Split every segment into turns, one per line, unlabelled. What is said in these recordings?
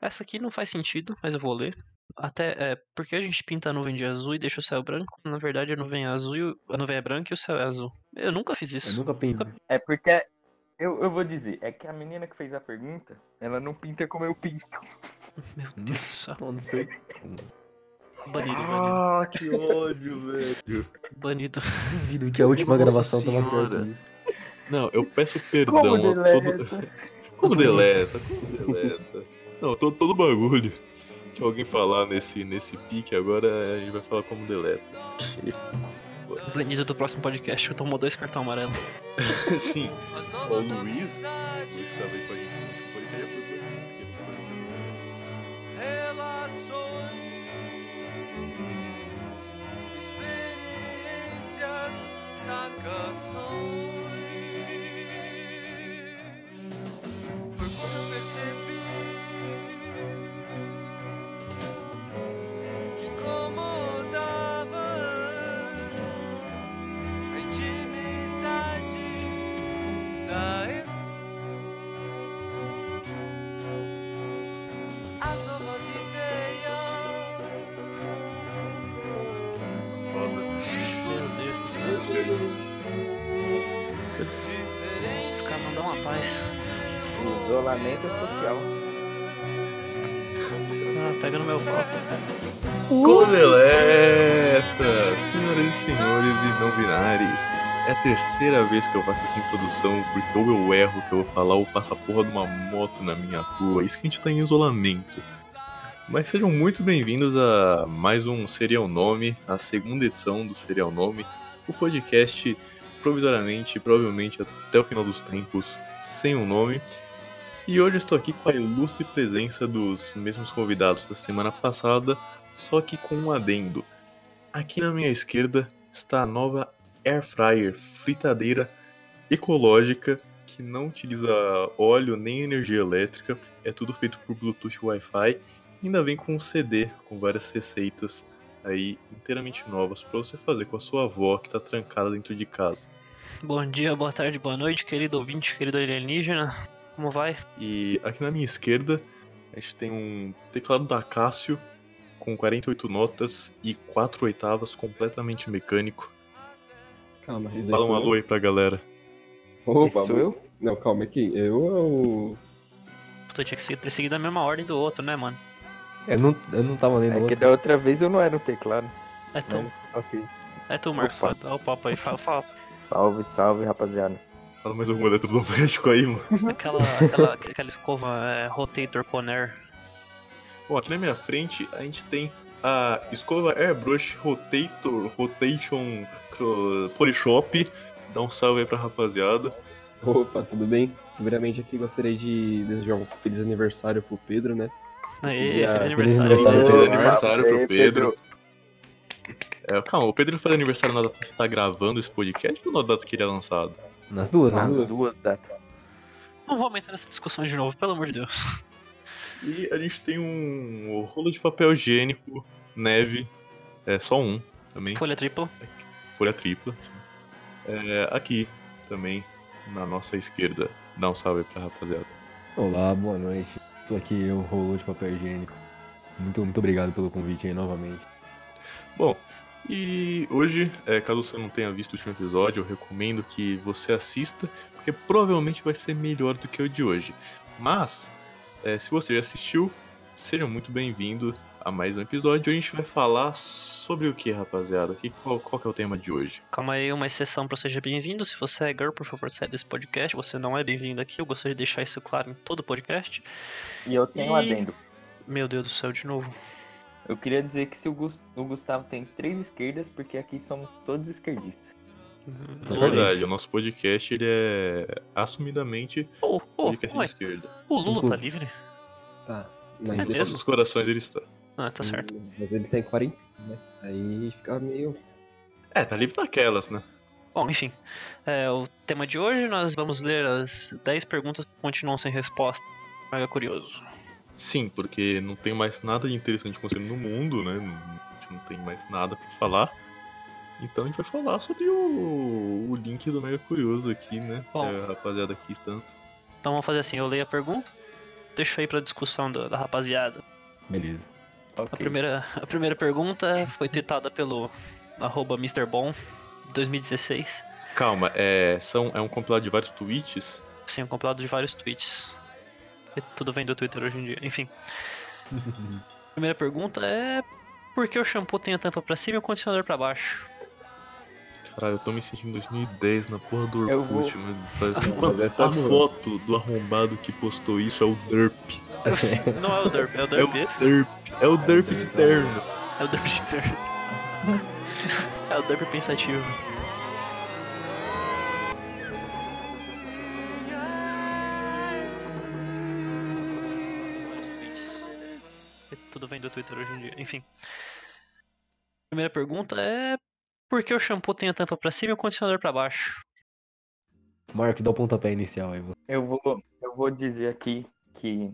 Essa aqui não faz sentido, mas eu vou ler. Até, é, por que a gente pinta a nuvem de azul e deixa o céu branco? Na verdade, a nuvem é azul, e o- a nuvem é branca e o céu é azul. Eu nunca fiz
Eu
isso.
nunca pinto.
É porque. Eu, eu vou dizer, é que a menina que fez a pergunta, ela não pinta como eu pinto.
Meu Deus do céu.
Não, não sei.
Banido, banido.
Ah, que ódio, velho.
Banido.
Duvido que a última
Nossa
gravação tava pior
senhora.
que isso.
Não, eu peço perdão.
Como
a
deleta?
todo- Como deleta? Como deleta? Não, todo, todo bagulho que alguém falar nesse, nesse pique agora, a gente vai falar como deleta.
Banido do próximo podcast. Tomou dois cartão amarelo.
Sim, ó, o Luiz, o Luiz que tava aí com a gente no podcast, já foi banido, porque ele foi
Relações, experiências, sacações. Foi quando eu percebi que incomodava a intimidade da ex. as novas ideias,
foda.
discussões
Os
diferentes.
caras não dão uma paz.
Isolamento social.
Ah, pega no meu pau.
Como deleta! Senhoras e senhores e não binários, é a terceira vez que eu faço essa introdução, porque ou eu erro que eu vou falar ou passa a porra de uma moto na minha rua. Isso que a gente tá em isolamento. Mas sejam muito bem-vindos a mais um Serial Nome, a segunda edição do Serial Nome, o podcast provisoriamente, provavelmente até o final dos tempos, sem um nome. E hoje eu estou aqui com a ilustre presença dos mesmos convidados da semana passada, só que com um adendo. Aqui na minha esquerda está a nova air fryer fritadeira ecológica que não utiliza óleo nem energia elétrica, é tudo feito por Bluetooth e Wi-Fi, e ainda vem com um CD com várias receitas aí inteiramente novas para você fazer com a sua avó que tá trancada dentro de casa.
Bom dia, boa tarde, boa noite, querido ouvinte, querido alienígena. Como vai?
E aqui na minha esquerda, a gente tem um teclado da Cássio com 48 notas e 4 oitavas completamente mecânico.
Calma, isso aí
Fala
sou
um alô aí pra galera.
eu? Opa,
Isso sou
mas-
eu?
Não, calma aqui. Eu ou.
Puta, tinha que ser- ter seguido a mesma ordem do outro, né, mano?
Eu não, eu não tava lendo
É que
outro.
da outra vez eu não era um teclado.
É tu,
Mas, ok.
é tu, Marcos.
Opa.
Dá o papo aí. Fala, fala.
Salve, salve, rapaziada.
Fala mais alguma letra do México aí, mano.
Aquela, aquela, aquela escova é, Rotator Conair.
Bom, aqui na minha frente, a gente tem a escova Airbrush Rotator Rotation Cro- Polishop. Dá um salve aí pra rapaziada.
Opa, tudo bem? Primeiramente aqui gostaria de desejar um feliz aniversário pro Pedro, né?
Aê,
Ah,
feliz
feliz
aniversário.
aniversário.
Feliz
Pedro.
aniversário pro
Ei,
Pedro. É, calma, o Pedro faz aniversário na data que tá gravando esse podcast ou na data que ele é lançado?
Nas duas, né?
Nas
duas.
duas datas.
Não vou aumentar nessa discussão de novo, pelo amor de Deus.
E a gente tem um rolo de papel higiênico, neve, é só um também,
Folha tripla.
folha tripla. assim. É, aqui também, na nossa esquerda. Dá um salve aí pra rapaziada.
Olá, boa noite. Sou aqui eu, Rolô de Papel Higiênico. Muito, muito obrigado pelo convite aí novamente.
Bom, e hoje, é, caso você não tenha visto o último episódio, eu recomendo que você assista, porque provavelmente vai ser melhor do que o de hoje. Mas, é, se você já assistiu, seja muito bem-vindo a mais um episódio. Hoje a gente vai falar sobre o que, rapaziada? Que, qual, qual que é o tema de hoje?
Calma aí, uma exceção pra seja bem-vindo. Se você é girl, por favor, saia desse podcast. Você não é bem-vindo aqui. Eu gostaria de deixar isso claro em todo podcast.
E eu tenho um
E-
adendo.
Meu Deus do céu, de novo.
Eu queria dizer que se o, Gus- o Gustavo tem três esquerdas, porque aqui somos todos esquerdistas.
É
Tá
Na
verdade.
verdade, Então, o nosso podcast ele é assumidamente
Ô, ô,
podcast
Oh, ué,
de esquerda.
o Lula tá livre?
Tá.
Em
Mas
É
todos
mesmo?
os corações ele está.
Ah, tá certo.
Mas ele tá em quarentena, né? Aí fica meio.
É, tá livre daquelas, né?
Bom, enfim. é, o tema de hoje nós vamos ler as 10 perguntas que continuam sem resposta. Mega curioso.
Sim, porque não tem mais nada de interessante acontecendo no mundo, né? Não- A gente não tem mais nada pra falar. Então a gente vai falar sobre o, o link do Mega Curioso aqui, né?
Bom.
É, rapaziada aqui tanto.
Então vamos fazer assim, eu leio a pergunta. deixo aí pra discussão da, da rapaziada.
Beleza.
A, primeira, a primeira pergunta foi tweetada pelo arroba MrBom 2016.
Calma, é, são, é um compilado de vários tweets?
Sim, um compilado de vários tweets. E tudo vem do Twitter hoje em dia. Enfim. primeira pergunta é... Por que o shampoo tem a tampa pra cima e o condicionador pra baixo?
Caralho, eu tô me sentindo em 2010 na porra do
Eu
Orkut,
vou-
mano. Faz-
Mas essa
A
não.
foto do arrombado que postou isso é o Derp.
Sim, não é o Derp, é o
É o
Derp esse?
Derp. É o Derp de terno.
É o Derp de terno. É o Derp pensativo. é Tudo vem do Twitter hoje em dia. Enfim. Primeira pergunta é: Por que o shampoo tem a tampa pra cima e o condicionador pra baixo?
Marcos, dá o pontapé inicial aí. você.
Eu vou, eu vou dizer aqui que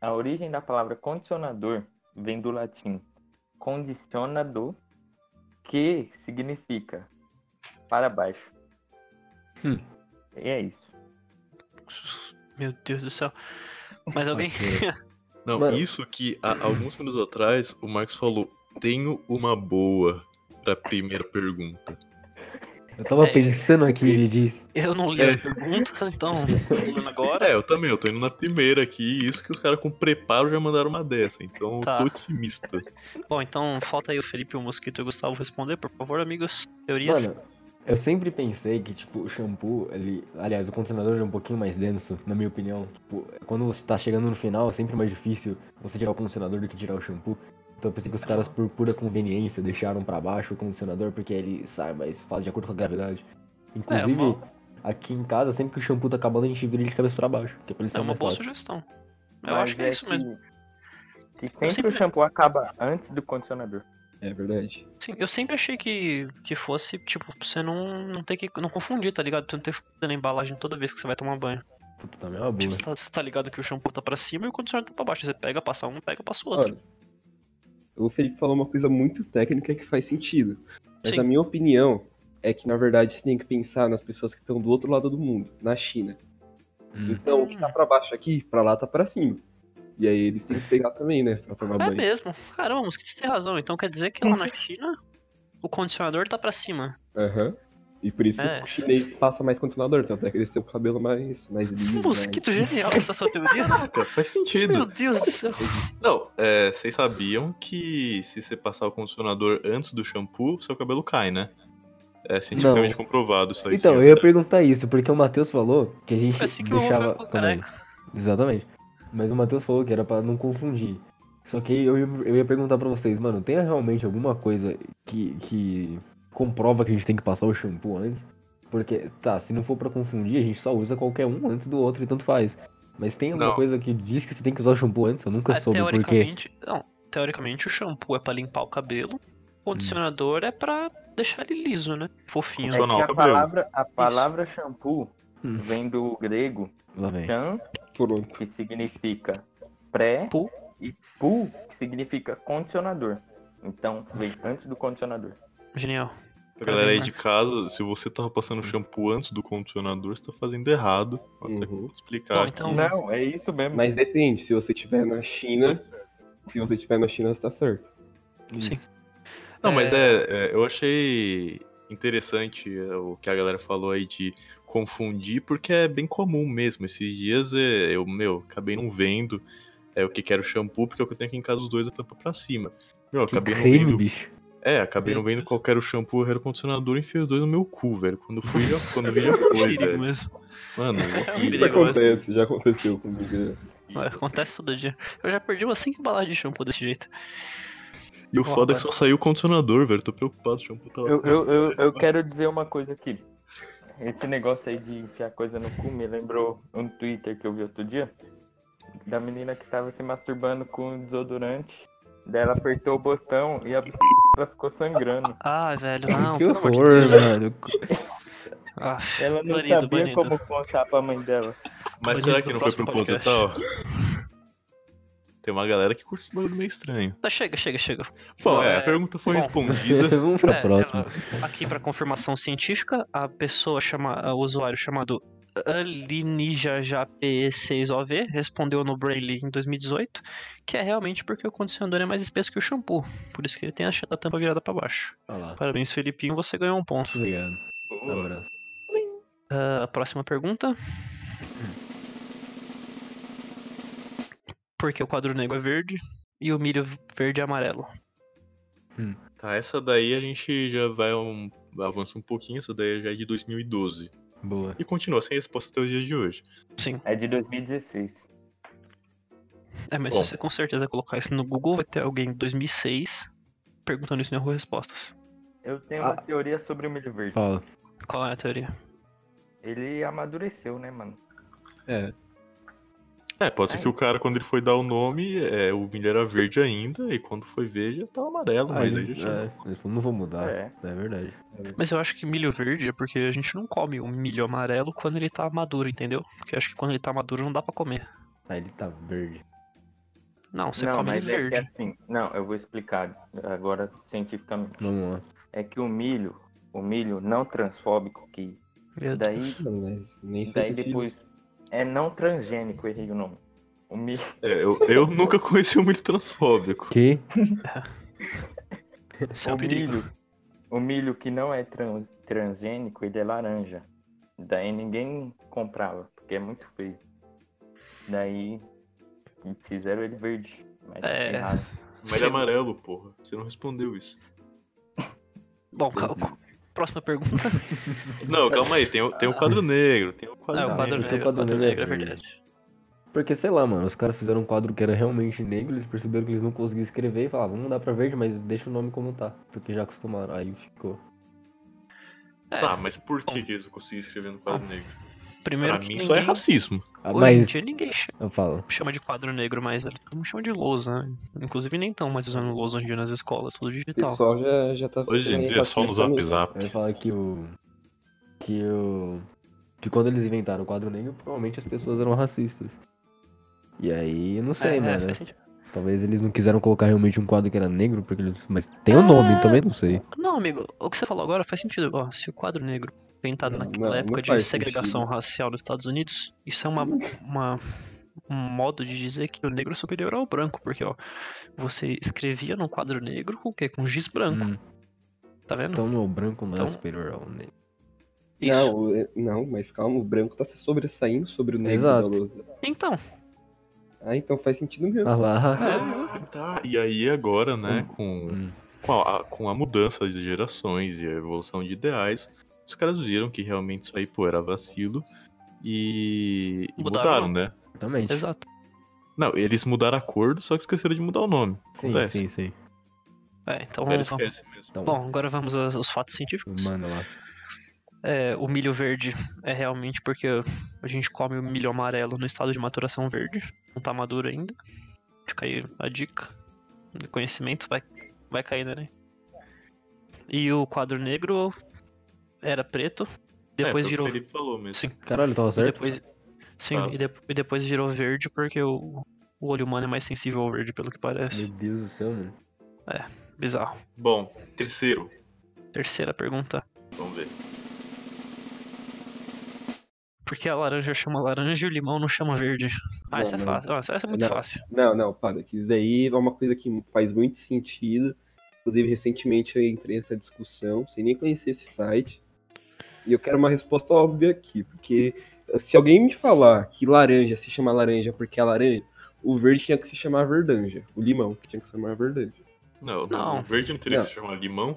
a origem da palavra condicionador vem do latim condicionado, que significa para baixo.
Hum.
E é isso.
Meu Deus do céu. Mas alguém.
Não,
Mano.
isso que há alguns minutos atrás o Marcos falou: tenho uma boa pra primeira pergunta.
Eu tava
É.
pensando aqui, ele disse.
Eu não li
É.
as perguntas, então. eu tô lendo agora.
É, eu também, eu tô indo na primeira aqui, e isso que os caras com preparo já mandaram uma dessa, então
Tá.
eu tô otimista.
Bom, então falta aí o Felipe, o Mosquito e o Gustavo responder, por favor, amigos. Teorias?
Mano, eu sempre pensei que, tipo, o shampoo, ele. Aliás, o condicionador é um pouquinho mais denso, na minha opinião. Tipo, quando você tá chegando no final, é sempre mais difícil você tirar o condicionador do que tirar o shampoo. Então eu pensei que os caras, por pura conveniência, deixaram pra baixo o condicionador, porque ele sai mais fácil de acordo com a gravidade. Inclusive,
É, uma-
aqui em casa, sempre que o shampoo tá acabando, a gente vira ele de cabeça pra baixo. Que é pra
é
ele sair
uma
mais
boa
fácil.
sugestão. Eu
Mas
acho que é, isso mesmo.
Que sempre
sempre-
o shampoo acaba antes do condicionador.
É verdade.
Sim, eu sempre achei que, que fosse, tipo, pra você não, não ter que. não confundir, tá ligado? Pra você não ter que ficar fazendo a embalagem toda vez que você vai tomar banho.
Puta, também é uma boa.
Tipo, você tá, você tá ligado que o shampoo tá pra cima e o condicionador tá pra baixo. Você pega, passa um, pega, passa o outro.
Olha, o Felipe falou uma coisa muito técnica que faz sentido. Mas
Sim.
a minha opinião é que, na verdade, você tem que pensar nas pessoas que estão do outro lado do mundo, na China.
Hum.
Então, o que tá pra baixo aqui, pra lá tá pra cima. E aí eles têm que pegar também, né, pra tomar
é
banho.
mesmo. Caramba, Mosquito, você tem razão. Então quer dizer que lá na China o condicionador tá pra cima.
Aham. E por isso
É.
o chinês passa mais condicionador, tanto é que eles têm o cabelo mais, mais
Hum,
liso.
Mosquito genial essa é sua teoria.
Caraca, faz
Meu
sentido.
Deus do céu.
Não, é, vocês sabiam que se você passar o condicionador antes do shampoo, seu cabelo cai, né? É cientificamente comprovado isso aí. é
Então,
sim,
eu ia
até.
perguntar isso, porque o Matheus falou que a gente
Parece que o homem
deixava.
ficou
Calma aí.
careca.
Exatamente. Mas o Matheus falou que era pra não confundir. Só que eu, ia- eu ia perguntar pra vocês, mano, tem realmente alguma coisa que, que comprova que a gente tem que passar o shampoo antes? Porque, tá, se não for pra confundir, a gente só usa qualquer um antes do outro e tanto faz. Mas tem alguma
Não.
coisa que diz que você tem que usar o shampoo antes? Eu nunca
Ah,
soube por quê.
teoricamente, não, teoricamente o shampoo é pra limpar o cabelo, o condicionador é pra deixar ele liso, né? Fofinho.
É
Condicionador. Funcional,
que a
cabelo.
palavra, a palavra shampoo
tá Hum.
vem do grego
Lá vem.
chan,
Pronto.
que significa pré,
Pu.
e pu, que significa condicionador. Então, vem antes do condicionador.
Genial.
Pra galera aí de casa, se você tava passando shampoo antes do condicionador, você tá fazendo errado. Vou até
Uhum.
explicar.
Bom, então-
aqui.
Não, é isso mesmo.
Mas depende, se você estiver na China, se você estiver na China, você tá certo.
Sim.
Isso.
Não, mas é, é, eu achei interessante é, o que a galera falou aí de confundir, porque é bem comum mesmo. Esses dias é, eu, meu, acabei não vendo é, o que quero shampoo, porque é o que eu tenho aqui em casa os dois a tampa pra cima. Meu,
Que
acabei não
creme,
vendo.
bicho.
É, acabei não vendo qual que era o shampoo, era o condicionador e enfiei os dois no meu cu, velho. Quando fui, já, quando vi, já foi,
Perigo
velho.
um mesmo.
Mano,
Isso é um
e-
Isso
perigo.
acontece, já aconteceu comigo. né?
Ué, É, Acontece todo dia. Eu já perdi umas 5 baladas de shampoo desse jeito.
e o foda é que só saiu o condicionador, velho. Tô preocupado, o shampoo tá lá.
Eu, eu, eu, eu quero dizer uma coisa aqui. Esse negócio aí de enfiar coisa no cu me lembrou um Twitter que eu vi outro dia. Da menina que tava se masturbando com um desodorante. Daí ela apertou o botão e a p- ela ficou sangrando.
Ah, velho, não.
que
pelo amor de
horror,
Deus.
mano.
Ah,
Ela não
banido,
sabia
banido.
como contar pra mãe dela.
Mas tá
Bonito
será que
pro
não foi
próximo
proposital? Tem uma galera que curte bagulho meio estranho.
Tá, chega, chega, chega.
Bom,
Não,
é,
é-
a pergunta foi
bom.
respondida.
Vamos pra
É,
próxima.
ela- aqui pra confirmação científica, a pessoa chama, o usuário chamado AlinijajaPE6OV respondeu no Braille em 2018 que é realmente porque o condicionador é mais espesso que o shampoo. Por isso que ele tem a cha- a tampa virada pra baixo.
Olha lá.
Parabéns, Felipinho, você ganhou um ponto.
Obrigado. Um
Boa.
abraço.
Ah, a próxima pergunta. Por que o quadro negro é verde e o milho verde é amarelo?
Tá, essa daí a gente já vai um, avança um pouquinho, essa daí já é de 2012.
Boa.
E continua sem resposta até os dias de hoje.
Sim,
É de 2016.
é, mas
Bom.
se você com certeza colocar isso no Google, vai ter alguém em 2006 perguntando isso no Yahoo Respostas.
Eu tenho uma
Ah.
teoria sobre o milho verde.
Fala.
Qual é a teoria?
Ele amadureceu, né, mano?
É,
É, pode ser
Ai.
que o cara, quando ele foi dar o nome, é, o milho era verde ainda, e quando foi ver já tava amarelo, mas aí já
Aí,
tinha.
é, ele falou, não vou
Ah,
mudar. É,
É.
verdade.
Mas eu acho que milho verde é porque a gente não come o milho amarelo quando ele tá maduro, entendeu? Porque eu acho que quando ele tá maduro não dá pra comer.
Ah, ele tá verde.
Não, você
não,
come ele
mas é
verde.
que assim. Não, eu vou explicar agora cientificamente.
Vamos lá.
É que o milho, o milho não transfóbico, que
Meu Deus.
daí,
mano, mas nem fez
daí
sentido.
depois. É não transgênico, errei o nome. O milho.
É, eu, eu nunca conheci um milho transfóbico.
Que?
Isso é um
o
perigo.
milho, o milho que não é trans- transgênico, ele é laranja. Daí ninguém comprava, porque é muito feio. Daí fizeram ele verde. Mas
É.
errado.
Mas é amarelo, porra. Você não respondeu isso.
Bom, cal- próxima pergunta.
Não, calma aí, tem, o- tem o quadro negro, tem o
Ah,
quadro
é o
negro.
quadro
porque o
negro.
quadro
quadro
negro é
negro, é verdade.
Porque, sei lá, mano, os caras fizeram um quadro que era realmente negro, eles perceberam que eles não conseguiam escrever e falaram, vamos mudar pra verde, mas deixa o nome como tá. Porque já acostumaram. Aí ficou.
É, Ah,
Tá, mas por que, que eles não conseguiam escrever no quadro negro?
primeiro
Pra
que
mim
ninguém...
só é racismo.
Ah,
Hoje em
mas.
dia ninguém ch-
Eu falo.
chama de quadro negro mais, velho. Todo mundo chama de lousa, né? Inclusive nem tão mais usando lousa hoje em dia nas escolas, tudo
O
digital.
pessoal já, já tá
Hoje em
ficando
dia é só no
racista
zap
mesmo.
zap.
Eu ia falar que o. Que o. Que quando eles inventaram o quadro negro, provavelmente as pessoas eram racistas. E aí, eu não sei,
é, é,
mano.
faz sentido.
Talvez eles não quiseram colocar realmente um quadro que era negro, porque eles. Mas tem o
Ah,
nome, também não sei.
Não, amigo, o que você falou agora faz sentido. Ó, se o quadro negro inventado
Não,
naquela
não, não
época de
faz
segregação
sentido.
racial nos Estados Unidos, isso é uma, uma- um modo de dizer que o negro é superior ao branco, porque ó, você escrevia num quadro negro com o quê? Com giz branco,
Hum,
tá vendo?
então o branco não
Então-
é superior ao negro.
Isso.
Não, o- é- não, mas calma, o branco tá se sobressaindo sobre o negro
Exato.
da lousa.
Então,
Ah, então faz sentido mesmo.
Ah lá.
Ah, tá. E aí agora, né, com,
Hum,
com, a, a- com a mudança de gerações e a evolução de ideais, os caras viram que realmente isso aí, pô, era vacilo. E, e
Mudaram.
mudaram, né?
Exatamente.
exato.
Não, eles mudaram a cor, só que esqueceram de mudar o nome.
Sim,
Acontece.
sim, sim.
É, então
Agora
vamos, vamos.
esquece mesmo.
Então,
Bom, agora vamos aos, aos fatos científicos.
manda lá.
É, o milho verde é realmente porque a gente come o milho amarelo no estado de maturação verde. Não tá maduro ainda. Fica aí a dica. O conhecimento vai, vai caindo, né? E o quadro negro era preto. Depois
é, foi o que
virou.
O Felipe falou mesmo.
Sim.
Caralho, tava
e
certo?
Depois, sim,
Tá.
e, de- e depois virou verde porque o, o olho humano é mais sensível ao verde, pelo que parece.
Meu Deus do céu, mano.
Bizarro.
Bom, terceiro.
Terceira pergunta.
Vamos ver.
Por que a laranja chama laranja e o limão não chama verde? Ah,
Não,
essa é
não.
fácil. Ah, essa essa é muito
Não.
fácil.
Não, não, para, que isso daí é uma coisa que faz muito sentido. Inclusive, recentemente eu entrei nessa discussão, sem nem conhecer esse site. E eu quero uma resposta óbvia aqui, porque se alguém me falar que laranja se chama laranja porque é laranja, o verde tinha que se chamar verdanja, o limão que tinha que se chamar verdanja.
Não,
Não.
o verde não teria que
Não.
se chamar limão.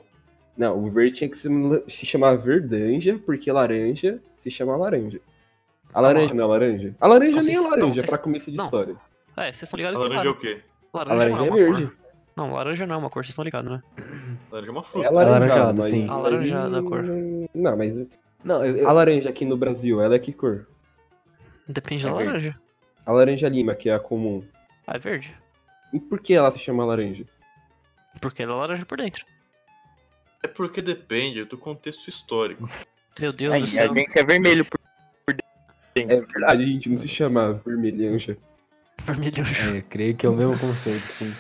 Não, o verde tinha que se, se chamar verdanja porque laranja se chama laranja. A laranja não é laranja? A laranja
Não,
nem é
vocês- não,
laranja,
vocês-
pra começo de
não.
história.
Ah, É, vocês estão
A
ligados que
laranja é
lar-
o quê?
A
laranja,
laranja é
não é uma
verde.
cor. Não, laranja não é uma cor, vocês estão ligados, né?
A laranja é uma
É
fruta.
Alaranjado,
alaranjado,
sim.
sim.
Alaranjado a cor.
Não, mas
Não, eu, eu-
a laranja aqui no Brasil, ela é que cor?
Depende
É
da
verde.
laranja.
A laranja lima, que é a comum.
Ah, é verde.
E por que ela se chama laranja?
Porque ela é laranja por dentro.
É porque depende do contexto histórico.
Meu Deus do
a
céu.
gente é vermelho por, por
É
dentro.
verdade, a gente não se chama vermelhanja.
Vermelho.
é, creio que é o mesmo conceito, sim.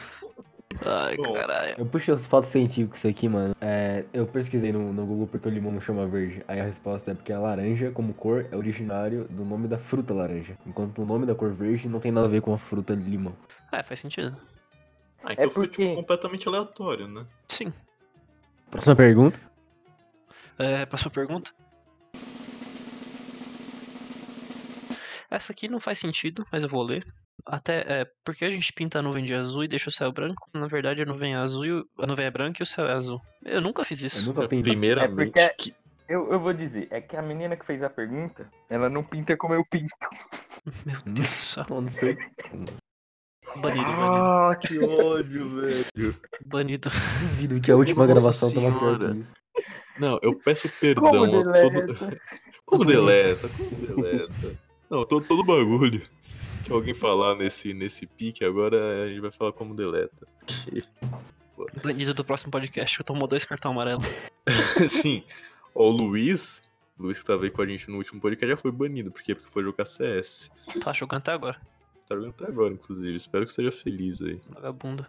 Ai,
Bom.
caralho.
Eu puxei os fatos científicos aqui, mano. É, eu pesquisei no, no Google porque o limão não chama verde. Aí a resposta é porque a laranja, como cor, é originário do nome da fruta laranja. Enquanto o nome da cor verde não tem nada a ver com a fruta de limão.
É, faz sentido.
Ah, então foi
porque-
tipo, completamente aleatório, né?
Sim.
Próxima pergunta.
É, pra sua pergunta. Essa aqui não faz sentido, mas eu vou ler. Até, é, por que a gente pinta a nuvem de azul e deixa o céu branco? Na verdade, a nuvem é azul, e o- a nuvem é branca e o céu é azul. Eu nunca fiz
Eu
isso.
nunca pensei.
Primeiramente,
É
que-
Eu, eu vou dizer, é que a menina que fez a pergunta, ela não pinta como eu pinto.
Meu Deus do céu.
Não sei.
Banido, banido.
Ah, que ódio, velho.
Banido.
Duvido que a última
Nossa
gravação tava pior
senhora.
que isso.
Não, eu peço perdão
Como
a todo.
deleta?
Como deleta? Como deleta? Não, todo, todo bagulho que alguém falar nesse, nesse pique, agora a gente vai falar como deleta.
Banido do próximo podcast. Eu tomou dois cartão amarelo.
Sim, ó, o Luiz, o Luiz que tava aí com a gente no último podcast, já foi banido. Por quê? Porque foi jogar CS.
Tá jogando até agora.
Tá jogando até agora, inclusive. Espero que seja feliz aí.
Vagabundo.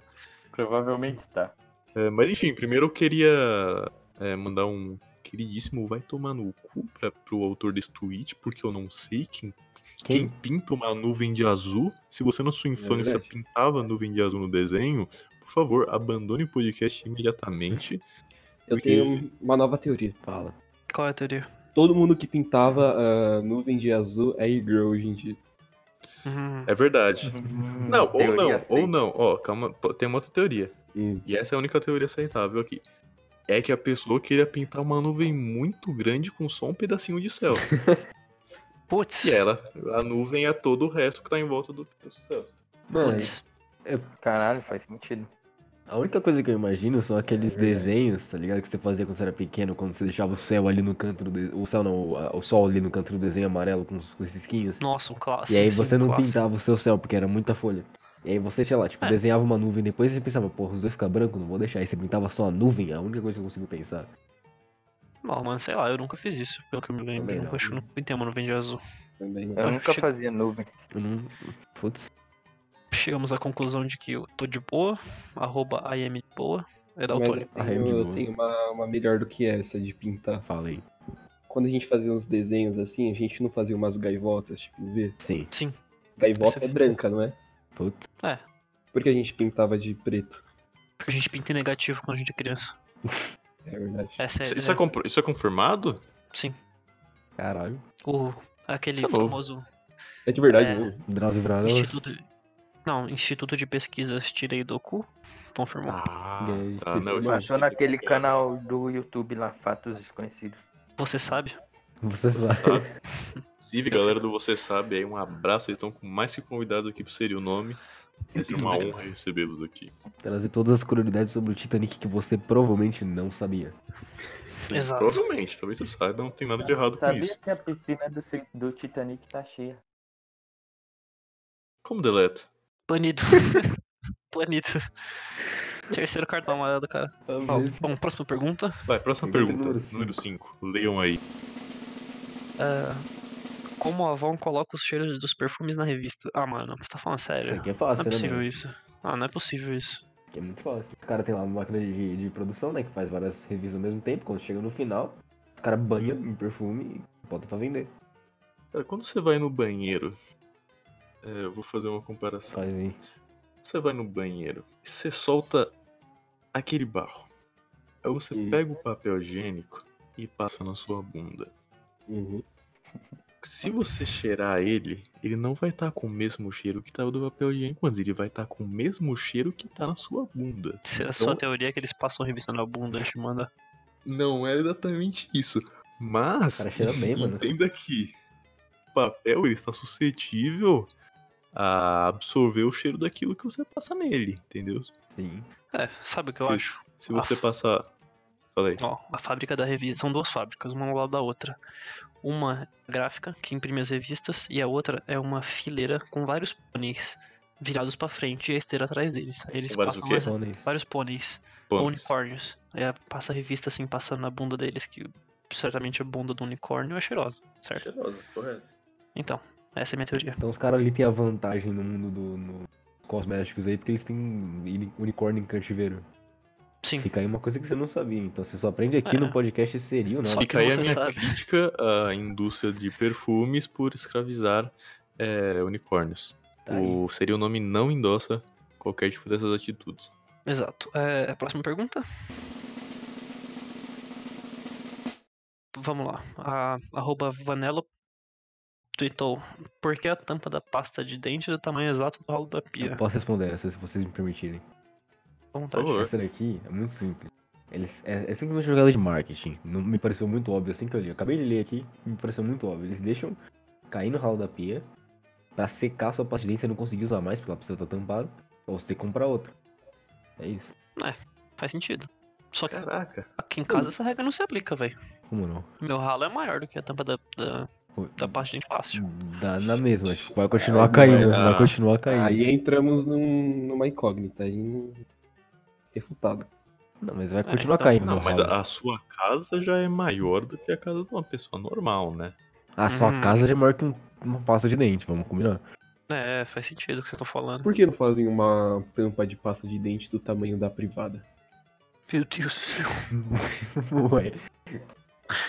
Provavelmente tá.
É, mas enfim, primeiro eu queria é, mandar um queridíssimo vai tomar no cu pra, pro autor desse tweet, porque eu não sei quem, quem
Quem?
pinta uma nuvem de azul. Se você na sua infância
verdade.
pintava nuvem de azul no desenho, por favor, abandone o podcast imediatamente.
Eu
Porque-
tenho uma nova teoria.
Fala.
Qual é a teoria?
Todo mundo que pintava ah, nuvem de azul é e-girl hoje em dia.
Hum,
É verdade. Não, ou não,
Hum, Teoria
ou
aceita.
não. Ó, calma, pô, tem uma outra teoria.
Hum.
E essa é a única teoria aceitável aqui. É que a pessoa queria pintar uma nuvem muito grande com só um pedacinho de céu.
Putz.
E ela, a nuvem é todo o resto que tá em volta do do céu.
Mano,
Putz.
Caralho, faz sentido.
a única coisa que eu imagino são
É
aqueles desenhos, tá ligado? Que você fazia quando você era pequeno, quando você deixava o céu ali no canto do de... O céu não, o, a- o sol ali no canto do desenho amarelo com, os- com esses esquinhos. assim.
Nossa, um clássico.
E aí
sim,
você não
clássico.
pintava o seu céu, porque era muita folha. E aí você, sei lá, tipo,
É.
desenhava uma nuvem, depois você pensava, porra, os dois ficam brancos, não vou deixar. Aí você pintava só a nuvem, é a única coisa que eu consigo pensar.
Não, mano, sei lá, eu nunca fiz isso, pelo que eu me lembro.
Também
Eu
não.
nunca, acho que eu nunca pintei uma nuvem de azul.
Também.
Eu
Acho
nunca
que-
fazia nuvem.
Eu não. Putz.
Chegamos à conclusão de que eu tô de boa, arroba I am de boa. É da
Mas
Autônia.
eu
Ah, é de
tenho, eu
boa.
tenho uma, uma melhor do que essa de pintar.
Falei.
Quando a gente fazia uns desenhos assim, a gente não fazia umas gaivotas, tipo, vê?
Sim.
Sim,
Gaivota
Essa-
é branca, não é?
Putz.
Porque a gente pintava de preto.
porque a gente pinta em negativo quando a gente é criança.
É verdade.
É sério.
Isso, isso é,
né?
compro- isso é confirmado?
Sim.
Caralho.
O, aquele
Isso é novo.
famoso
É de verdade
É.
mesmo.
Drauzio Varela.
instituto. Não, Instituto de Pesquisas Tirei do Cu. Confirmou.
Ah,
Gay,
tá, não, isso
Passou
é-
naquele canal do YouTube lá, Fatos Desconhecidos.
Você sabe?
Você sabe.
Sabe? Inclusive, galera do Você Sabe, aí um abraço. Eles estão com mais que convidados aqui pro Seria o Nome. Vai ser uma
Muito obrigado.
honra recebê-los aqui.
Trazer todas as curiosidades sobre o Titanic que você provavelmente não sabia.
Sim,
Exato.
Provavelmente, talvez você saiba, não tem nada de errado com
Sabia
isso.
que a piscina do, Ci- do Titanic tá cheia.
Como deleta?
Banido. Banido. Terceiro cartão amarelo, do cara. Ó, bom, próxima pergunta.
Vai, próxima
Pergunta
pergunta. Número
número
5. Leiam aí.
Ah, como a Avon coloca os cheiros dos perfumes na revista? Ah, mano, você tá falando
Isso
sério.
aqui
Não
é
é
fácil, né?
possível
mano?
isso. Ah, não é possível isso.
Isso aqui é muito fácil. Os caras tem lá uma máquina de, de produção, né? Que faz várias revistas ao mesmo tempo. Quando chega no final, os caras banham em perfume e botam pra vender.
Cara, quando você vai no banheiro. é, eu vou fazer uma comparação.
Faz aí.
Você vai no banheiro e você solta aquele barro. Aí você
Hum.
pega o papel higiênico e passa na sua bunda.
Uhum.
Se você cheirar ele, ele não vai estar com o mesmo cheiro que tava do papel higiênico, mas ele vai estar com o mesmo cheiro que tá na sua bunda.
Se a sua
Então-
teoria é que eles passam revista na bunda antes de mandar.
Não é exatamente isso. Mas.
O cara cheira bem, mano.
Entenda que o papel ele está suscetível a absorver o cheiro daquilo que você passa nele, entendeu?
Sim.
É, sabe o que eu
Sim.
acho?
Se você passar. Fala aí.
Ó, a fábrica da revista. São duas fábricas, uma ao lado da outra. Uma gráfica, que imprime as revistas, e a outra é uma fileira com vários pôneis virados pra frente e a esteira atrás deles. Aí Eles
Tem vários o
passam
quê?
essa...
Pôneis.
vários pôneis.
Vamos.
Unicórnios. Aí ela passa a revista assim, passando na bunda deles, que certamente a bunda do unicórnio é cheirosa, certo?
Cheirosa, correto.
Então, essa é a minha teoria.
Então os caras ali têm a vantagem no mundo do. No... cosméticos aí, porque eles têm uni- unicórnio em cativeiro.
Sim.
Fica aí uma coisa que você não sabia, então você só aprende aqui
É.
no podcast seria ou não.
Só que
Fica aí a
você
minha
sabe.
crítica à indústria de perfumes por escravizar é, unicórnios.
Tá aí.
o seria o nome não endossa qualquer tipo dessas atitudes.
Exato. É, a próxima pergunta? Vamos lá. A arroba Vanello tweetou: Por que a tampa da pasta de dente é do tamanho exato do ralo da
Eu
pia?
posso responder essa se vocês me permitirem.
À vontade.
favor.
Essa daqui é muito simples. Eles, é, é simplesmente jogada de marketing. Não, me pareceu muito óbvio assim que eu li. Eu acabei de ler aqui, me pareceu muito óbvio. Eles deixam cair no ralo da pia pra secar a sua parte de dente, você não conseguir usar mais, porque ela precisa estar tampada. Ou você tem que comprar outra. É isso.
Faz sentido. Só que
Caraca.
aqui em casa essa regra não se aplica, velho.
Como não?
Meu ralo é maior do que a tampa da, da,
Pô,
Tá
da pasta de dente fácil.
Dá na mesma, tipo, vai continuar caindo,
É, vai
vai
dar.
continuar caindo.
Aí entramos num- numa incógnita, aí não- refutado.
Não, mas vai
É,
continuar
então-
caindo
tá Não,
no
mas
ralo.
a, a sua casa já é maior do que a casa de uma pessoa normal, né?
A sua
Hum.
casa já é maior que um- uma pasta de dente, vamos combinar.
É, faz sentido o que vocês estão falando.
Por que não fazem uma tampa de pasta de dente do tamanho da privada?
Meu Deus do céu.
Ué.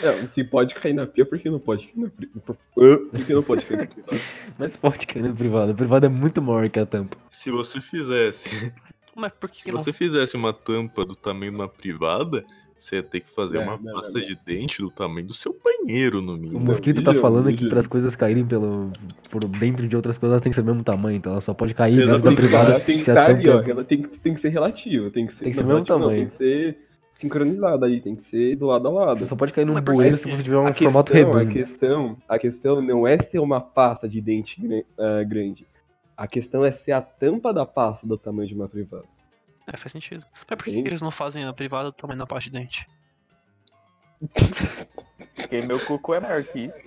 É, se pode cair na pia, por que não pode cair na privada? Por que não pode cair na privada?
Mas pode cair no privado. O privado é muito maior que a tampa.
Se você fizesse,
Mas por que,
se
que não?
você fizesse uma tampa do tamanho de uma privada, você ia ter que fazer
Não,
uma
não,
pasta
não, não.
de dente do tamanho do seu banheiro, no
O
mínimo.
mosquito tá
Maravilha,
falando que
maravilha.
para as coisas caírem pelo, por dentro de outras coisas, elas têm que ser do mesmo tamanho, então ela só pode cair dentro da
Exatamente.
privada.
Ela tem que
se é a
estar ali, ó.
tampa-
Ela tem, que- tem que ser relativa, tem que ser.
Tem que ser
não,
do mesmo
relativa não,
tamanho.
Tem que ser sincronizada aí, tem que ser do lado a
Você
lado.
só pode cair num
Mas porque
bueiro
assim,
se você tiver um
a
formato
questão, a
redondo.
questão, a questão não é ser uma pasta de dente gran- ah, grande. A questão é ser a tampa da pasta do tamanho de uma privada.
É, faz sentido. Mas por que, que
Entende?
eles não fazem a privada do tamanho da pasta de dente?
Porque meu cuco é maior que isso.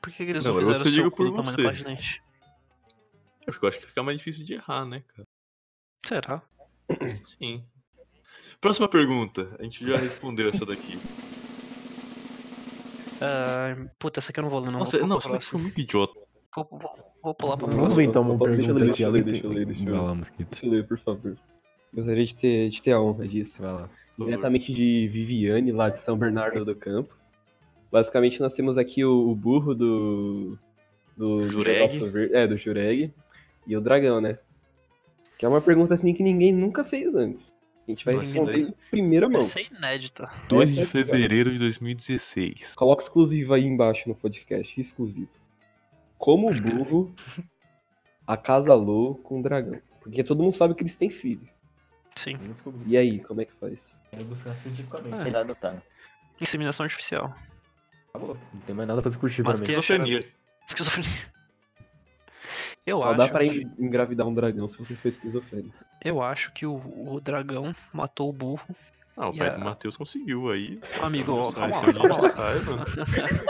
Por que, que eles
Não,
não,
eu
fizeram
só digo
o
por
cu do tamanho da
você.
pasta de dente?
Eu acho que fica mais difícil de errar, né, cara?
Será?
Sim. Próxima pergunta. A gente já respondeu essa daqui.
Ah, puta, essa aqui eu não vou ler, não.
Nossa,
vou,
não,
pro
essa daqui foi
próximo.
muito idiota.
Vou, vou- vou pular pro
Não,
próximo.
Vamos ver então uma
Deixa eu ler,
pergunta
deixa
aqui.
eu
ó.
ler, deixa eu ler, deixa eu
Vai
ler.
lá, mosquito.
Deixa eu ler, por favor. Gostaria de ter, de ter a honra disso.
Vai lá.
diretamente de Viviane, lá de São Bernardo do Campo. Basicamente, nós temos aqui o, o burro do. Do
Jureg.
do Nosso Ver- É, do Jureg. E o dragão, né? Que é uma pergunta assim que ninguém nunca fez antes. A gente vai
Nossa,
responder
daí-
em primeira mão.
Essa é inédita.
2 de
Essa é
fevereiro de 2016.
Coloca exclusivo aí embaixo no podcast, exclusivo. Como o burro acasalou com o dragão. Porque todo mundo sabe que eles têm filho.
Sim.
E aí, como é que faz?
Quero buscar cientificamente.
Ah,
Ele adotando.
inseminação artificial.
Acabou. Não tem mais nada pra discutir
Mas
pra
que-
é?
mim.
Esquizofrenia.
Esquizofrenia. Eu
Só
acho.
dá pra
que-
en- engravidar um dragão se você for esquizofrênico.
Eu acho que o, o dragão matou o burro.
Ah, o
E
pai
a-
do Matheus conseguiu aí.
Amigo, ó,
Sai,
calma
tem
lá,
gente
calma lá.
que sai, mano.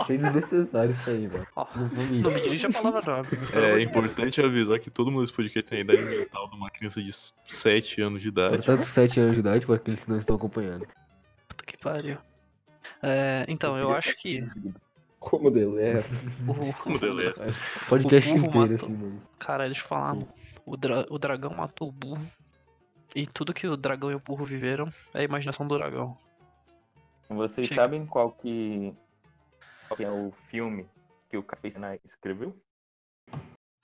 Achei desnecessário isso aí, mano.
Ah,
Ó,
Não vou
Não
mentir.
me dirige é a palavra não, amigo. pelo amor de
É
Deus.
importante avisar que todo mundo desse podcast tem a idade mental de uma criança de 7 anos de idade.
Portanto, 7 Tá anos de idade, para aqueles que não estão acompanhando.
Puta que pariu. É, então, eu acho que
Como É, deleta.
o,
Como deleta.
Podcast
O burro
inteiro,
matou.
assim, mano.
Cara, deixa eu falar,
Hum.
mano. O, dra- o dragão matou o burro. E tudo que o dragão e o burro viveram é a imaginação do dragão.
Vocês
Chega.
sabem qual que... qual que é o filme que o cara fez na... escreveu?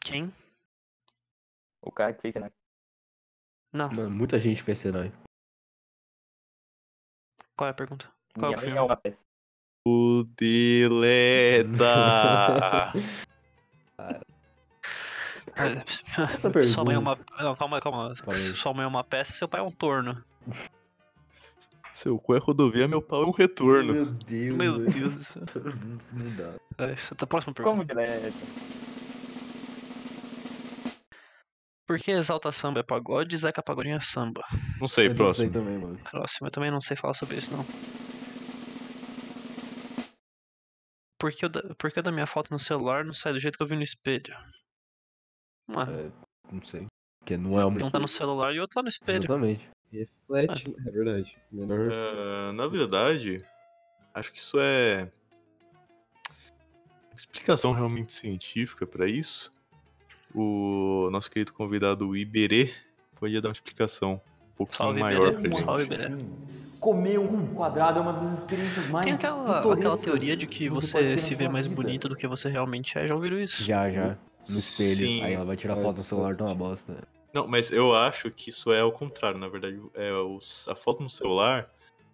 Quem?
O cara que fez na...
Não.
Mano, muita gente fez cenário.
Qual é a pergunta? Qual é o
Minha mãe
filme?
é uma peça.
O deleta!
Essa
É, Sua mãe é
pergunta.
uma. Não, calma, calma.
Fala aí.
Sua mãe é uma peça, seu pai é um torno.
Seu cu é rodovia, meu pau é um retorno.
Meu Deus.
Meu Deus do céu.
Não dá.
É, Essa é a próxima pergunta.
Como deleta?
Por que exalta samba é pagode e Zeca Pagodinho é samba?
Não sei,
Eu não sei
próximo.
também, mano.
Próximo, eu também não sei falar sobre isso, não. Por que, eu da... Por que eu da minha foto no celular não sai do jeito que eu vi no espelho? Mano,
É, não sei. Porque não é uma.
Então
Um tá no celular e o outro tá no espelho.
Exatamente.
Reflete, é verdade. Menor.
Ah, na verdade, acho que isso é. Explicação realmente científica pra isso o nosso querido convidado o Iberê podia dar uma explicação um pouquinho
Salve,
maior
Iberê.
pra gente.
Salve,
Nossa, sim. Comer um quadrado é uma das experiências mais
Tem aquela, aquela
pitorescas
teoria de que
pode ter
você
na
se
sua
vê mais
vida.
bonito do que você realmente é, já ouviram isso?
Já, já. No espelho.
Sim.
Aí ela vai tirar
É,
foto no celular, tá uma
exatamente.
bosta.
Não, mas eu acho que isso é ao contrário, na verdade. É, os- a foto no celular,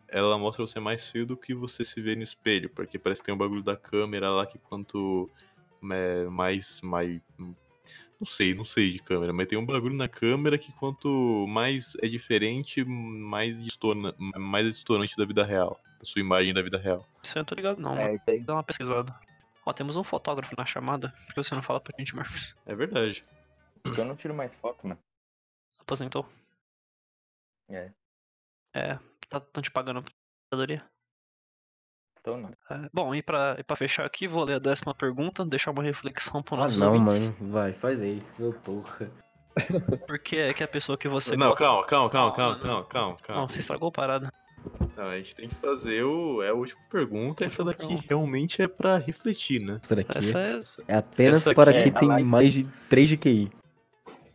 ela mostra você mais feio do que você se vê no espelho, porque parece que tem um bagulho da câmera lá que quanto é, mais, mais... Não sei, não sei de câmera, mas tem um bagulho na câmera que quanto mais é diferente, mais, distorna, mais é distorante da vida real. A sua imagem da vida real.
Isso eu não tô ligado não, mano.
É, isso aí.
Dá uma pesquisada. Ó, temos um fotógrafo na chamada, por que você não fala pra gente, Murphy?
É verdade.
Porque eu não tiro mais foto, mano.
Aposentou?
É.
É, tá tão te pagando pra aposentadoria?
Então não.
É, bom, e pra, e pra fechar aqui, vou ler a décima pergunta, deixar uma reflexão pro
Ah,
nosso
não, mano. Vai, faz aí. Meu porra.
Por que é que a pessoa que você
Não,
gosta-
calma, calma, calma,
Calma,
calma, calma, calma,
Não,
calma.
você estragou a parada.
Não, a gente tem que fazer o. É a última pergunta. Essa
Última
daqui
pergunta.
realmente é pra refletir, né?
Essa daqui
Essa é
Essa-
é apenas
essa
para
aqui
quem
é a
tem
live.
mais de 3 de QI.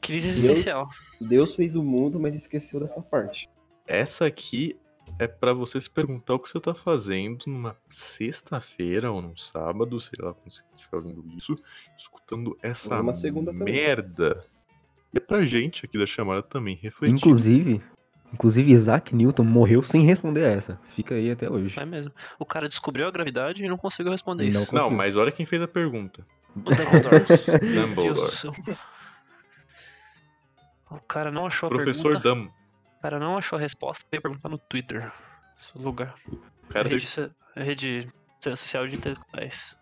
crise
Deus.
existencial.
Deus fez o mundo, mas esqueceu dessa parte.
Essa aqui é pra você se perguntar o que você tá fazendo numa sexta-feira ou num sábado, sei lá quando você estiver ouvindo isso, escutando essa
Numa segunda também.
merda. E é pra gente aqui da chamada também refletir.
Inclusive, inclusive Isaac Newton morreu sem responder a essa. Fica aí até hoje.
É mesmo. O cara descobriu a gravidade e não conseguiu responder
Não
isso.
Não,
conseguiu.
mas olha quem fez a pergunta.
O Dumbledore. Meu Deus do
Dumbledore.
céu. O cara não achou a
Professor
pergunta.
Dam.
O cara não achou a resposta. Veio perguntar no Twitter. Esse lugar.
O cara
rede, so- rede social de intelectuais.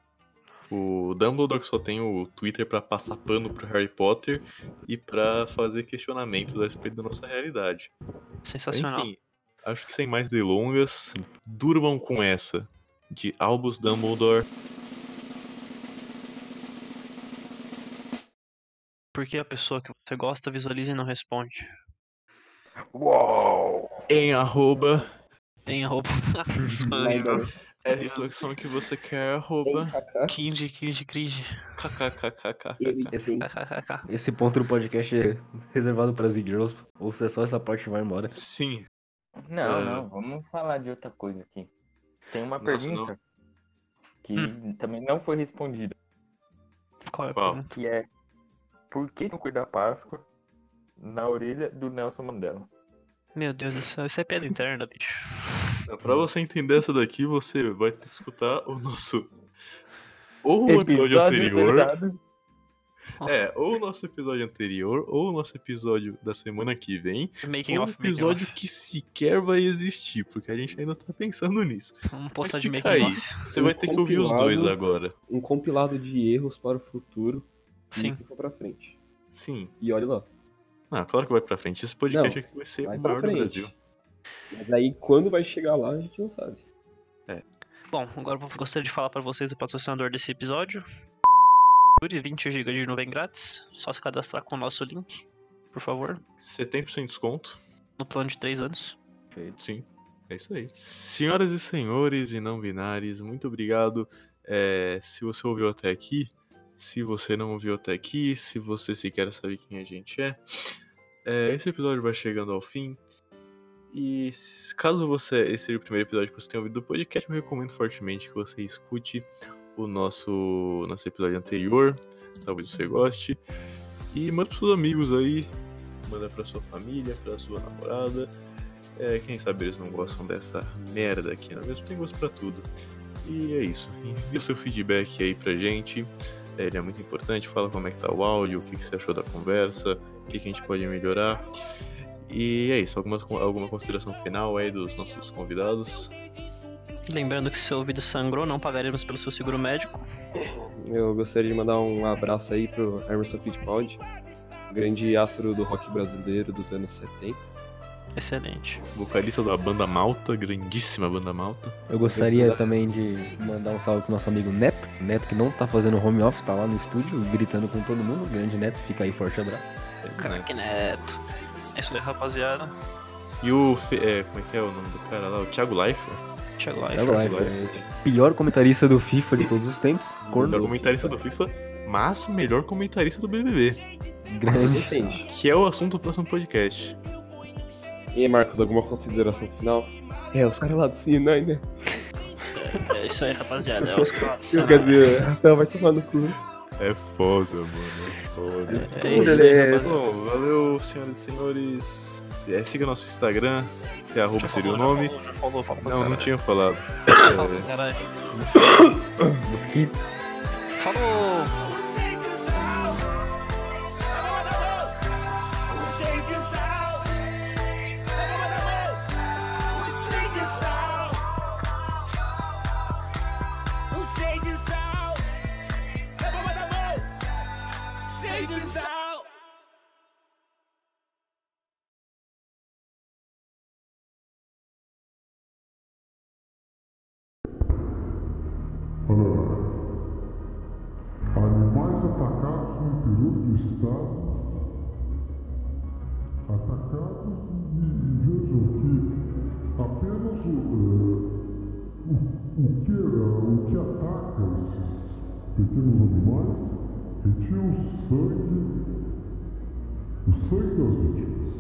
O Dumbledore que só tem o Twitter pra passar pano pro Harry Potter e pra fazer questionamentos a respeito da nossa realidade.
Sensacional.
Enfim, acho que sem mais delongas, durmam com essa de Albus Dumbledore.
Por que a pessoa que você gosta visualiza e não responde?
Uou!
Em arroba,
Em arroba.
é a reflexão que você quer, arroba,
Kinji, Kinji, cringe.
kkkkkk.
KKKK.
Esse ponto do podcast é reservado para as girls. Ouça só essa parte e vai embora.
Sim,
Não,
É.
não, vamos falar de outra coisa aqui. Tem uma
Nossa,
pergunta que
Hum.
também não foi respondida,
Qual é a
Qual?
pergunta?
que é por que não cuida da Páscoa na orelha do Nelson Mandela?
Meu Deus do céu, isso é piada interna, bicho.
pra você entender essa daqui, você vai ter que escutar o nosso... Ou é o episódio anterior,
verdade.
É, ou o nosso episódio anterior, ou o nosso episódio da semana que vem,
Making
ou um
off, making
episódio que sequer vai existir, porque a gente ainda tá pensando nisso.
off. Vamos postar de
Mas
making
fica aí.
off.
Você vai ter que ouvir os dois
Compilado.
agora.
Um compilado de erros para o futuro. E
Sim.
isso foi pra frente.
Sim.
E olha lá.
Ah, claro que vai pra frente. Esse podcast
Não,
aqui vai ser
vai
o
pra
maior do
frente.
Brasil.
Mas aí quando vai chegar lá, a gente não sabe.
Bom, agora eu gostaria de falar pra vocês do patrocinador desse episódio. Yuri, 20 GB de nuvem grátis. Só se cadastrar com o nosso link, por favor.
70% de desconto.
No plano de 3 anos.
Sim. É isso aí. Senhoras e senhores e não binários, muito obrigado. é, se você ouviu até aqui, se você não ouviu até aqui, se você sequer sabe quem a gente é, é, esse episódio vai chegando ao fim. E s- caso você esse seja o primeiro episódio que você tenha ouvido do podcast, eu recomendo fortemente que você escute o nosso nosso episódio anterior. Talvez você goste. E manda pros seus amigos aí, manda pra sua família, pra sua namorada. É, quem sabe eles não gostam dessa merda aqui, não é mesmo? Tem gosto pra tudo. E é isso. Envie o seu feedback aí pra gente. é, Ele é muito importante. Fala como é que tá o áudio, o que, que você achou da conversa, o que, que a gente pode melhorar. E é isso. Algumas, alguma consideração final aí dos nossos convidados?
Lembrando que se seu ouvido sangrou, não pagaremos pelo seu seguro médico.
Eu gostaria de mandar um abraço aí pro Emerson Fittipaldi, grande astro do rock brasileiro dos anos 70.
Excelente.
Vocalista da banda Malta, grandíssima banda Malta.
Eu gostaria também de mandar um salve pro nosso amigo Neto. Neto que não tá fazendo home office, tá lá no estúdio gritando com todo mundo. Grande Neto, fica aí, forte abraço.
Crack neto. É isso aí, rapaziada.
E o. Fe- é, como é que é o nome do cara lá? O Thiago Leifert?
Chegou aí.
Tá lá, é o pior comentarista do FIFA de todos os tempos.
É o
Corno.
comentarista do FIFA mas melhor comentarista do BBB,
Grande.
Entende?
que é o assunto do próximo podcast.
E aí, Marcos, alguma consideração final? É, os caras lá do Sinai, né?
É isso aí, rapaziada. É os quatro.
Eu, quer dizer, Rafael vai tomar no cu.
É foda, mano. É foda.
É isso aí,
É.
rapaziada.
Bom, valeu, senhoras e senhores. É, siga nosso Instagram, que é arroba seria o nome. É.
Já falou, já falou,
Não, não tinha falado.
Falou, pra caralho.
Mosquito.
Falou!
Out.
Animais atacados no interior do estado. Atacados e, e vejam que apenas o, eh, o, o, que, eh, o que ataca esses pequenos animais retira o sangue, o sangue das vítimas.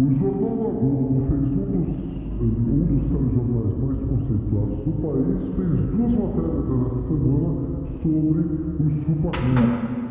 O Jornal da Globo fez um dos, eh, um dos telejornais mais conceituados do país, fez duas matérias nessa semana sobre os chupa